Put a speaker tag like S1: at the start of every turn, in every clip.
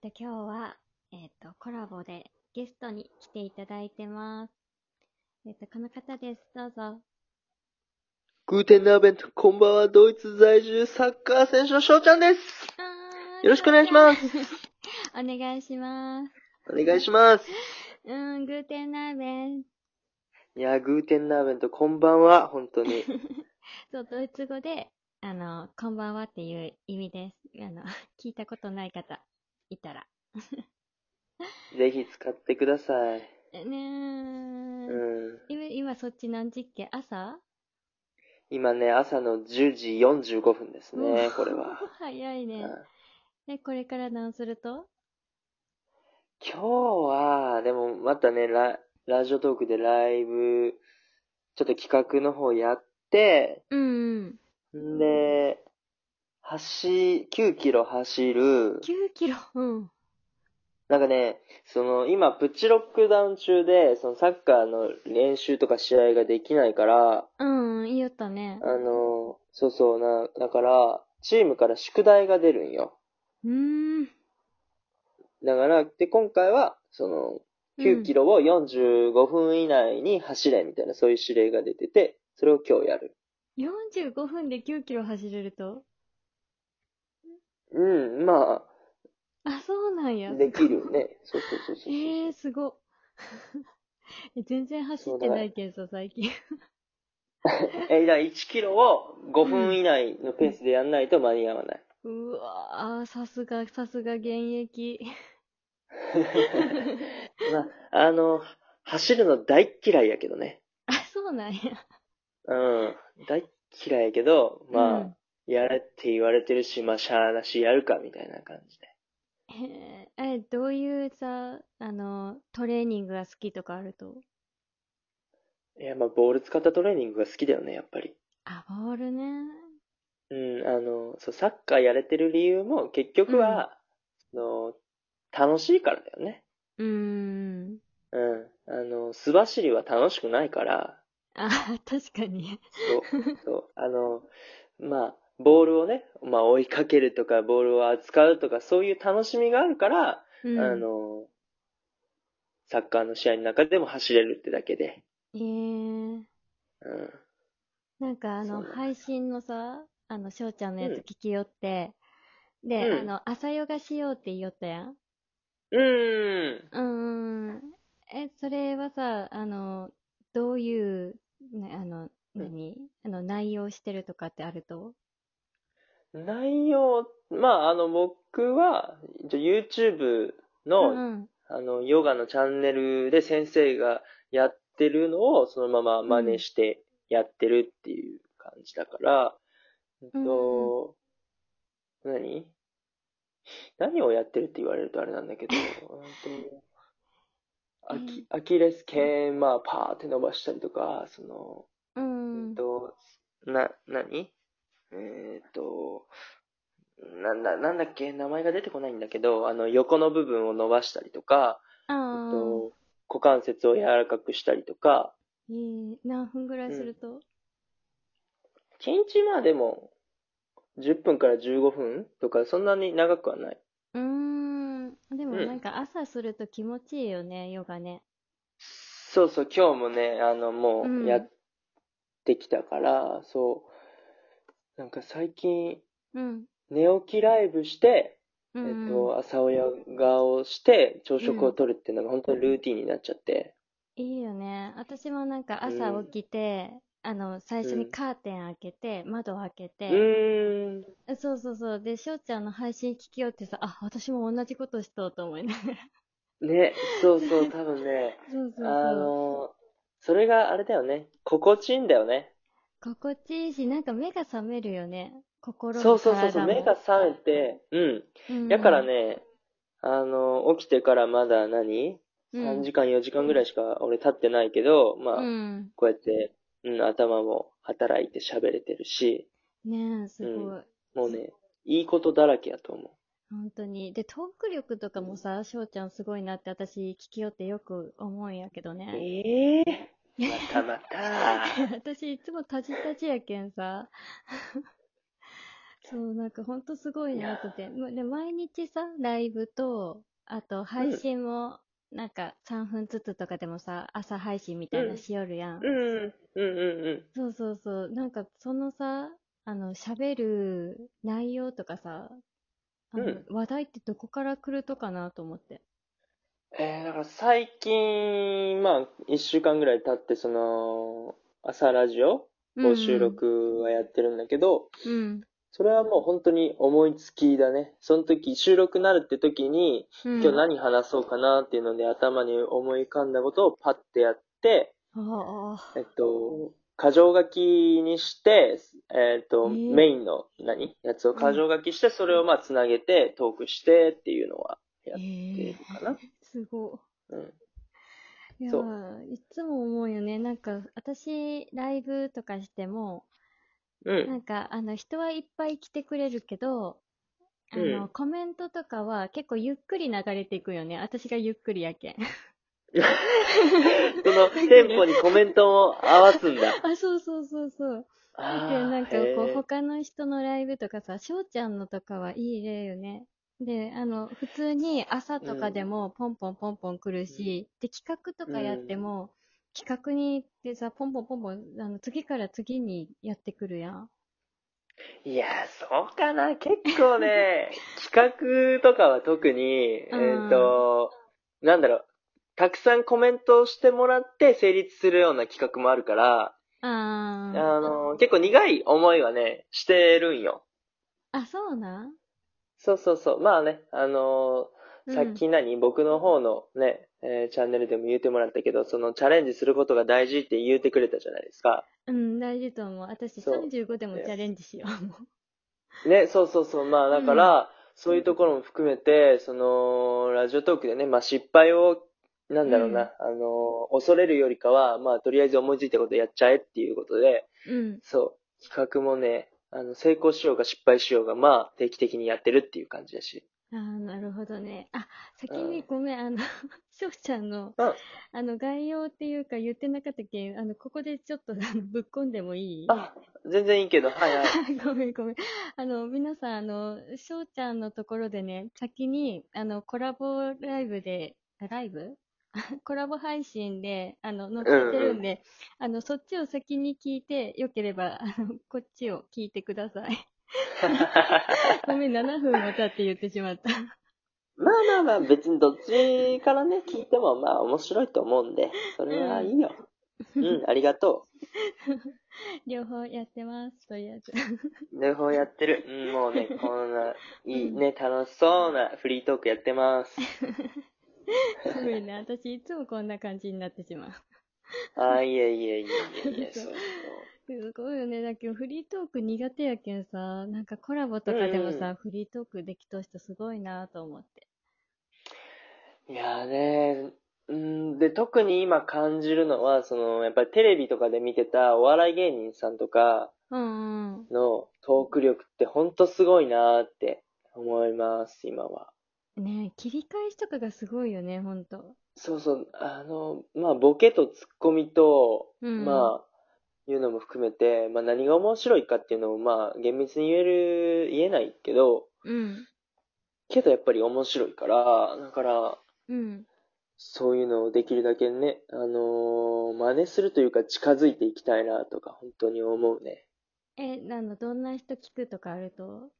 S1: と、今日は、えっ、と、コラボでゲストに来ていただいてます。えっ、と、この方です。どうぞ。
S2: グーテンナーベント、こんばんは、ドイツ在住サッカー選手の翔ちゃんです。よろしくお願いします。
S1: お願いします。
S2: お願いします。
S1: うーん、グーテンナーベン。
S2: いやー、グーテンナーベント、こんばんは、本当 に。
S1: そう、ドイツ語で、あの、こんばんはっていう意味です。あの、 聞いたことない方いたら。
S2: ぜひ使ってください。
S1: ね
S2: う
S1: ー
S2: ん。
S1: 今、今そっち何時っけ朝
S2: 今ね、朝の10時45分ですね、これは。
S1: 早い
S2: うん
S1: ね。で、これから何すると
S2: 今日は、でもまたね、ララジオトークでライブ、ちょっと企画の方やって、
S1: うん、うん。
S2: んで、走、9キロ走る、
S1: 9キロ。うん。
S2: なんかね、その、今、プチロックダウン中で、そのサッカーの練習とか試合ができないから、
S1: うん、言おったね。
S2: あの、そうそうな、だから、チームから宿題が出るんよ。
S1: うーん。
S2: だから、で、今回は、その、9キ
S1: ロ。
S2: ロを45分以内に走れ、みたいな、そういう指令が出てて、それを今日やる。
S1: 45分で9キロ走れると
S2: うん、ま
S1: あ、そうなんや。
S2: あ、できるね。そうそうそうそうそう。
S1: えー、すごっ。え全然走ってないけんさ、最近。
S2: え、だから1キロを5分以内のペースでやんないと間に合わない。
S1: うわー、さすが、さすが現役。
S2: まあ、あの、走るの大っ嫌いやけどね。
S1: あ、そうなんや。
S2: うん。大っ嫌いやけど、まあ、
S1: うん
S2: やれって言われてるし、まあ、しゃあなしやるか、みたいな感じで。
S1: へーえ、どういうさ、あの、トレーニングが好きとかあると
S2: いや、まあ、ボール使ったトレーニングが好きだよね、やっぱり。
S1: あ、ボールね。
S2: うん、あの、そう、サッカーやれてる理由も、結局は、あの、楽しいからだよね。
S1: うーん。
S2: うん。あの、素走りは楽しくないから、
S1: あ、確かに。
S2: そう、そう、あの、まあ、ボールをね、まあ、追いかけるとか、ボールを扱うとか、そういう楽しみがあるから、
S1: うん、
S2: あの、サッカーの試合の中でも走れるってだけで。
S1: えー、
S2: うん。
S1: なんかあの、
S2: そう
S1: 配信のさ、あの、翔ちゃんのや
S2: うん
S1: つ聞きよって、で、
S2: うん
S1: あの、朝ヨガしようって言いよったやん。
S2: うーん。
S1: うーん。え、それはさ、あの、どういう、ね、あの、何あの、内容してるとかってあると
S2: 内容、まあ、あの、僕は、一応 YouTube の、
S1: うん。
S2: あの、ヨガのチャンネルで先生がやってるのを、そのまま真似してやってるっていう感じだから、うんと、何何をやってるって言われるとあれなんだけど、うんとアキアキレス腱、まあ、パーって伸ばしたりとか、その、
S1: う
S2: うん
S1: ん。
S2: と、な、なにえーっと、な、な、なんだっけ名前が出てこないんだけど、あの、横の部分を伸ばしたりとか、
S1: あ
S2: えっ
S1: ー
S2: と、股関節を柔らかくしたりとか、
S1: えー、何分ぐらいすると
S2: 1日まあでも、10分から15分とか、そんなに長くはない。
S1: うーん。でも
S2: うん
S1: なんか朝すると気持ちいいよね、ヨガね。
S2: そうそう、今日もね、あの、も
S1: うん
S2: う、やってきたから、そう、なんか最近、
S1: うん。
S2: 寝起きライブして、
S1: う
S2: え
S1: ん
S2: っと、朝親がをして、朝食をとるっていうのが本当にルーティンになっちゃって。
S1: いいよね。私もなんか
S2: うん
S1: 朝起きて、あの、最初
S2: う
S1: に
S2: ん
S1: カーテン開けて、窓開け
S2: う
S1: て、
S2: ーん。
S1: そうそうそう。で、しょうちゃんの配信聞きよってさ、あ、私も同じことしとうと思い ながら。
S2: ね、そうそう、多分 ね、
S1: そうそう
S2: あ
S1: そう。
S2: の、それがあれだよね、心地いいんだよね。
S1: 心地いいし、なんか目が覚めるよね。心
S2: そ
S1: も
S2: うそうそうそ
S1: 体も
S2: う、目が覚めて、うん。
S1: うん
S2: だからね、あの、起きてからまだ何
S1: うん
S2: ?3 時間、4時間ぐらいしか俺経ってないけど、まあ、
S1: うん。
S2: こうやって、うん、頭も働いて喋れてるし、
S1: ねえ、す
S2: う
S1: ごい。
S2: もうね、いいことだらけやと思う。
S1: 本当に。で、トーク力とかもさ、しょうちゃんすごいなって私聞きよってよく思うんやけどね。
S2: ええま たまた。
S1: 私いつもタジタジやけんさ。 そう、なんかほんとすごいなと思って。まで毎日さ、ライブと、あと配信も、なんか3分ずつとかでもさ、朝配信みたいなしよるやん。
S2: うん、うん、うん、うん。
S1: そうそうそう。なんかそのさ、あの、喋る内容とかさ、あの、
S2: うん
S1: 話題ってどこから来るとかなと思って。
S2: えー、だから最近、まあ、一週間ぐらい経って、その、朝ラジオを収録はやってるんだけど、
S1: うん。
S2: それはもう本当に思いつきだね。その時、収録なるって時に、
S1: うん。
S2: 今日何話そうかなっていうので、頭に思い浮かんだことをパッてやって、
S1: ああ。
S2: えっと、箇条書きにして、えっと、
S1: えー
S2: メインの何やつを箇条書きして、それをまあつなげてトークしてっていうのはやっ
S1: え
S2: て
S1: え
S2: るかな。
S1: すご
S2: うん。
S1: い。いや
S2: そう
S1: ー、いつも思うよね。なんか、私、ライブとかしても、
S2: う。
S1: なんんか、あの、人はいっぱい来てくれるけど、あの、
S2: うん
S1: コメントとかは結構ゆっくり流れていくよね。私がゆっくりやけん。
S2: そのテンポにコメントも合わすんだ。
S1: あ、そうそうそうそう。だけどなんかこ
S2: へ
S1: う
S2: ー
S1: 他の人のライブとかさ、翔ちゃんのとかはいい例よね。で、あの、普通に朝とかでもポンポンポンポン来るし、で、企画とかやっても、企画に行ってさ、ポンポンポンポン、あの、次から次にやってくるやん。
S2: いやー、そうかな。結 構ね、企画とかは特に、えっ、
S1: うん
S2: と、なんだろう、たくさんコメントをしてもらって成立するような企画もあるから、
S1: あー。
S2: あの、結構苦い思いはね、してるんよ。
S1: あ、そうなん
S2: そうそうそう。まあね、あの
S1: うん
S2: さっき何、僕の方のね、えーチャンネルでも言ってもらったけど、そのチャレンジすることが大事って言ってくれたじゃないですか。
S1: うん、大事と思う。私
S2: そう
S1: 35でもチャレンジしよう。も
S2: ね、そうそうそう。まあ、だから、そういうところも含めて、その、ラジオトークでね、まあ、失敗を、なんだろうな、あの、恐れるよりかは、まあ、とりあえず思いついたことやっちゃえっていうことで、
S1: ううん。
S2: そう、企画もね、あの、成功しようが失敗しようが、まあ、定期的にやってるっていう感じだし。
S1: ああ、なるほどね。あ、先
S2: う
S1: に
S2: ん
S1: ごめん、あの、 翔ちゃんの、
S2: うん
S1: あの、概要っていうか言ってなかったけん、あの、ここでちょっとあのぶっこんでもいい
S2: あ、全然いいけど、はいはい。
S1: ごめんごめん。あの、皆さん、あの、翔ちゃんのところでね、先に、あの、コラボライブで、あライブ コラボ配信で、あの、載っけてるんで、あの、そっちを先に聞いて、よければ、あの、こっちを聞いてください。 ごめん、7分も経って言ってしまった。
S2: まあまあまあ、別にどっちからね、聞いても、まあ、面白いと思うんで、それはいいよ。うん、ありがとう。
S1: 両方やってます、とりあえず。
S2: 両方やってる。うん、もう ね、こんな、いいね、楽しそうなフリートークやってます。
S1: すごい ね。私いつもこんな感じになってしまう。
S2: あー、いえいえいえいえいえ、 そうそう。
S1: すごいよね。だけどフリートーク苦手やけんさ、なんかコラボとかでもさ、
S2: うんう
S1: フリートークできとしてすごいなと思って。
S2: いやーね、うん、で、特に今感じるのは、その、やっぱりテレビとかで見てたお笑い芸人さんとか
S1: うんうん。
S2: のトーク力ってほんとすごいなーって思います、今は。
S1: ねえ切り返しとかがすごいよね、ほんと。
S2: そうそう、あの、まあ、ボケとツッコミと、
S1: うん
S2: まあ、いうのも含めて、まあ、何が面白いかっていうのを、まあ、厳密に言える、言えないけど、
S1: うん。
S2: けどやっぱり面白いから、だから、
S1: うん。
S2: そういうのをできるだけね、あのー真似するというか近づいていきたいなとか、本当に思うね。
S1: え、なんだ、どんな人聞くとかあると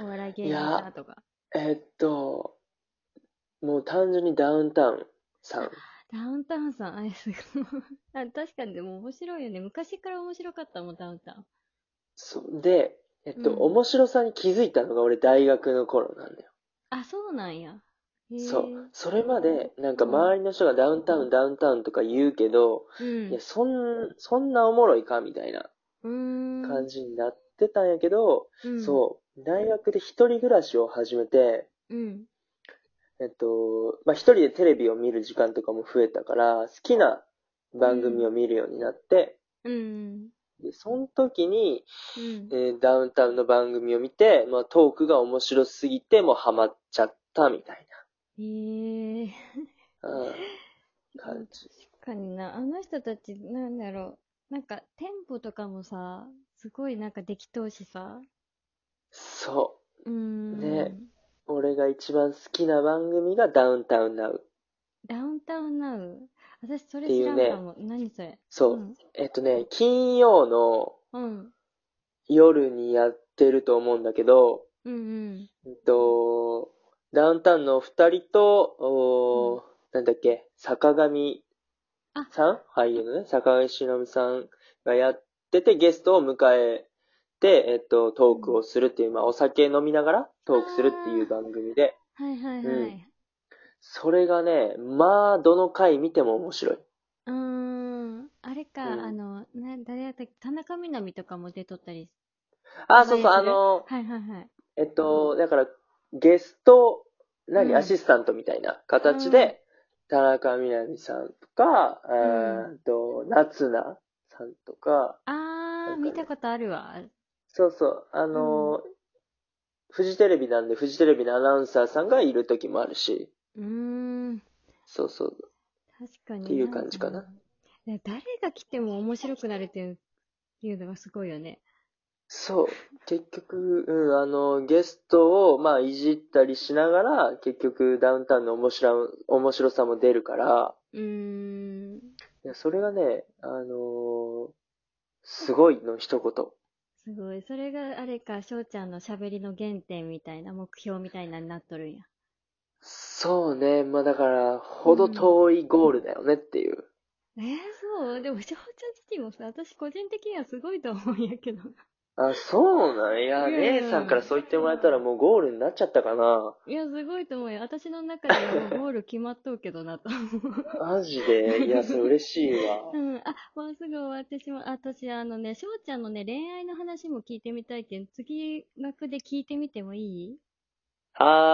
S1: お笑い芸
S2: い
S1: 人
S2: や
S1: さんとか。
S2: えっと、もう単純にダウンタウンさん。
S1: ダウンタウンさん、あれすご い。あ確かにでも面白いよね。昔から面白かったもん、ダウンタウン。
S2: そうで、えっと、
S1: うん
S2: 面白さに気づいたのが俺大学の頃なんだよ。
S1: あ、そうなんや。へえ
S2: そう。それまで、なんか周りの人がダウンタウン、ダウンタウンとか言うけど、
S1: うん。
S2: いや、そん、そんなおもろいかみたいな
S1: うーん。
S2: 感じになってたんやけど、
S1: うん、
S2: そう。大学で一人暮らしを始めて、
S1: う。うん。
S2: えっと、まあ、一人でテレビを見る時間とかも増えたから、好きな番組を見るようになって、
S1: うん。
S2: で、その時に、
S1: うん
S2: え。ーダウンタウンの番組を見て、まあ、トークが面白すぎて、もうハマっちゃったみたい
S1: えー、
S2: な、うん、感じ。
S1: 確かにな、あの人たち、なんだろう、なんか、テンポとかもさ、すごいなんかできとうしさ、
S2: そう
S1: ーん。
S2: ねう。俺が一番好きな番組がダウンタウンナウ。
S1: ダウンタウンナウ私それ
S2: ってい
S1: 知
S2: う
S1: らん
S2: ね
S1: かも。何それ。
S2: そう。
S1: うん。
S2: えっとね、金曜の
S1: うん。
S2: 夜にやってると思うんだけど、
S1: うんうん。
S2: うんと、ダウンタウンの二人と、おーなんだっけ、坂上
S1: あ
S2: さん俳優のね、坂上忍さんがやってて、ゲストを迎えて、えっと、トークをするっていう、まあ、お酒飲みながらトークするっていう番組で、
S1: はいはい
S2: うん
S1: はい。
S2: それがね、まあ、どの回見ても面白い。
S1: うーん。あれか、
S2: うん
S1: あの、な、誰やったっけ田中みな実とかも出とったり。
S2: あ、そうそう、
S1: まあ
S2: あの、
S1: はいはいはい。
S2: えっと、だから、ゲスト、何、
S1: うん
S2: アシスタントみたいな形で、田中みな実さんとか、え
S1: ん
S2: ーっと、夏菜さんとか、
S1: あ
S2: なん
S1: ー、
S2: かね
S1: 見たことあるわ。
S2: そうそう、あのー、フジテレビなんで、フジテレビのアナウンサーさんがいる時もあるし、
S1: うーん。
S2: そうそう、
S1: 確かに。
S2: っていう感じか
S1: な
S2: な
S1: んね誰が来ても面白くなるっていう、っていうのがすごいよね。
S2: そう、結局、うん、あの、ゲストを、まあ、いじったりしながら、結局、ダウンタウンの面白面白さも出るから、
S1: うーん。
S2: いや、それがね、あのーすごいの一言。
S1: すごい。それがあれか、翔ちゃんの喋りの原点みたいな、目標みたいなになっとるんや。
S2: そうね、まあだから、ほど遠いゴールだよねっていう。
S1: えー、そうでも翔ちゃん自身もさ、私個人的にはすごいと思うんやけど。
S2: あ、そうなんいや、
S1: うん
S2: 姉さんからそう言ってもらえたらもうゴールになっちゃったかな。
S1: いや、すごいと思うよ。私の中ではもうゴール決まっとうけどなと。
S2: マジで、いや、それ嬉しいわ。
S1: うん。あ、もうすぐ終わってしまう。私、あのね、翔ちゃんのね、恋愛の話も聞いてみたいけん、次枠で聞いてみてもいい
S2: あー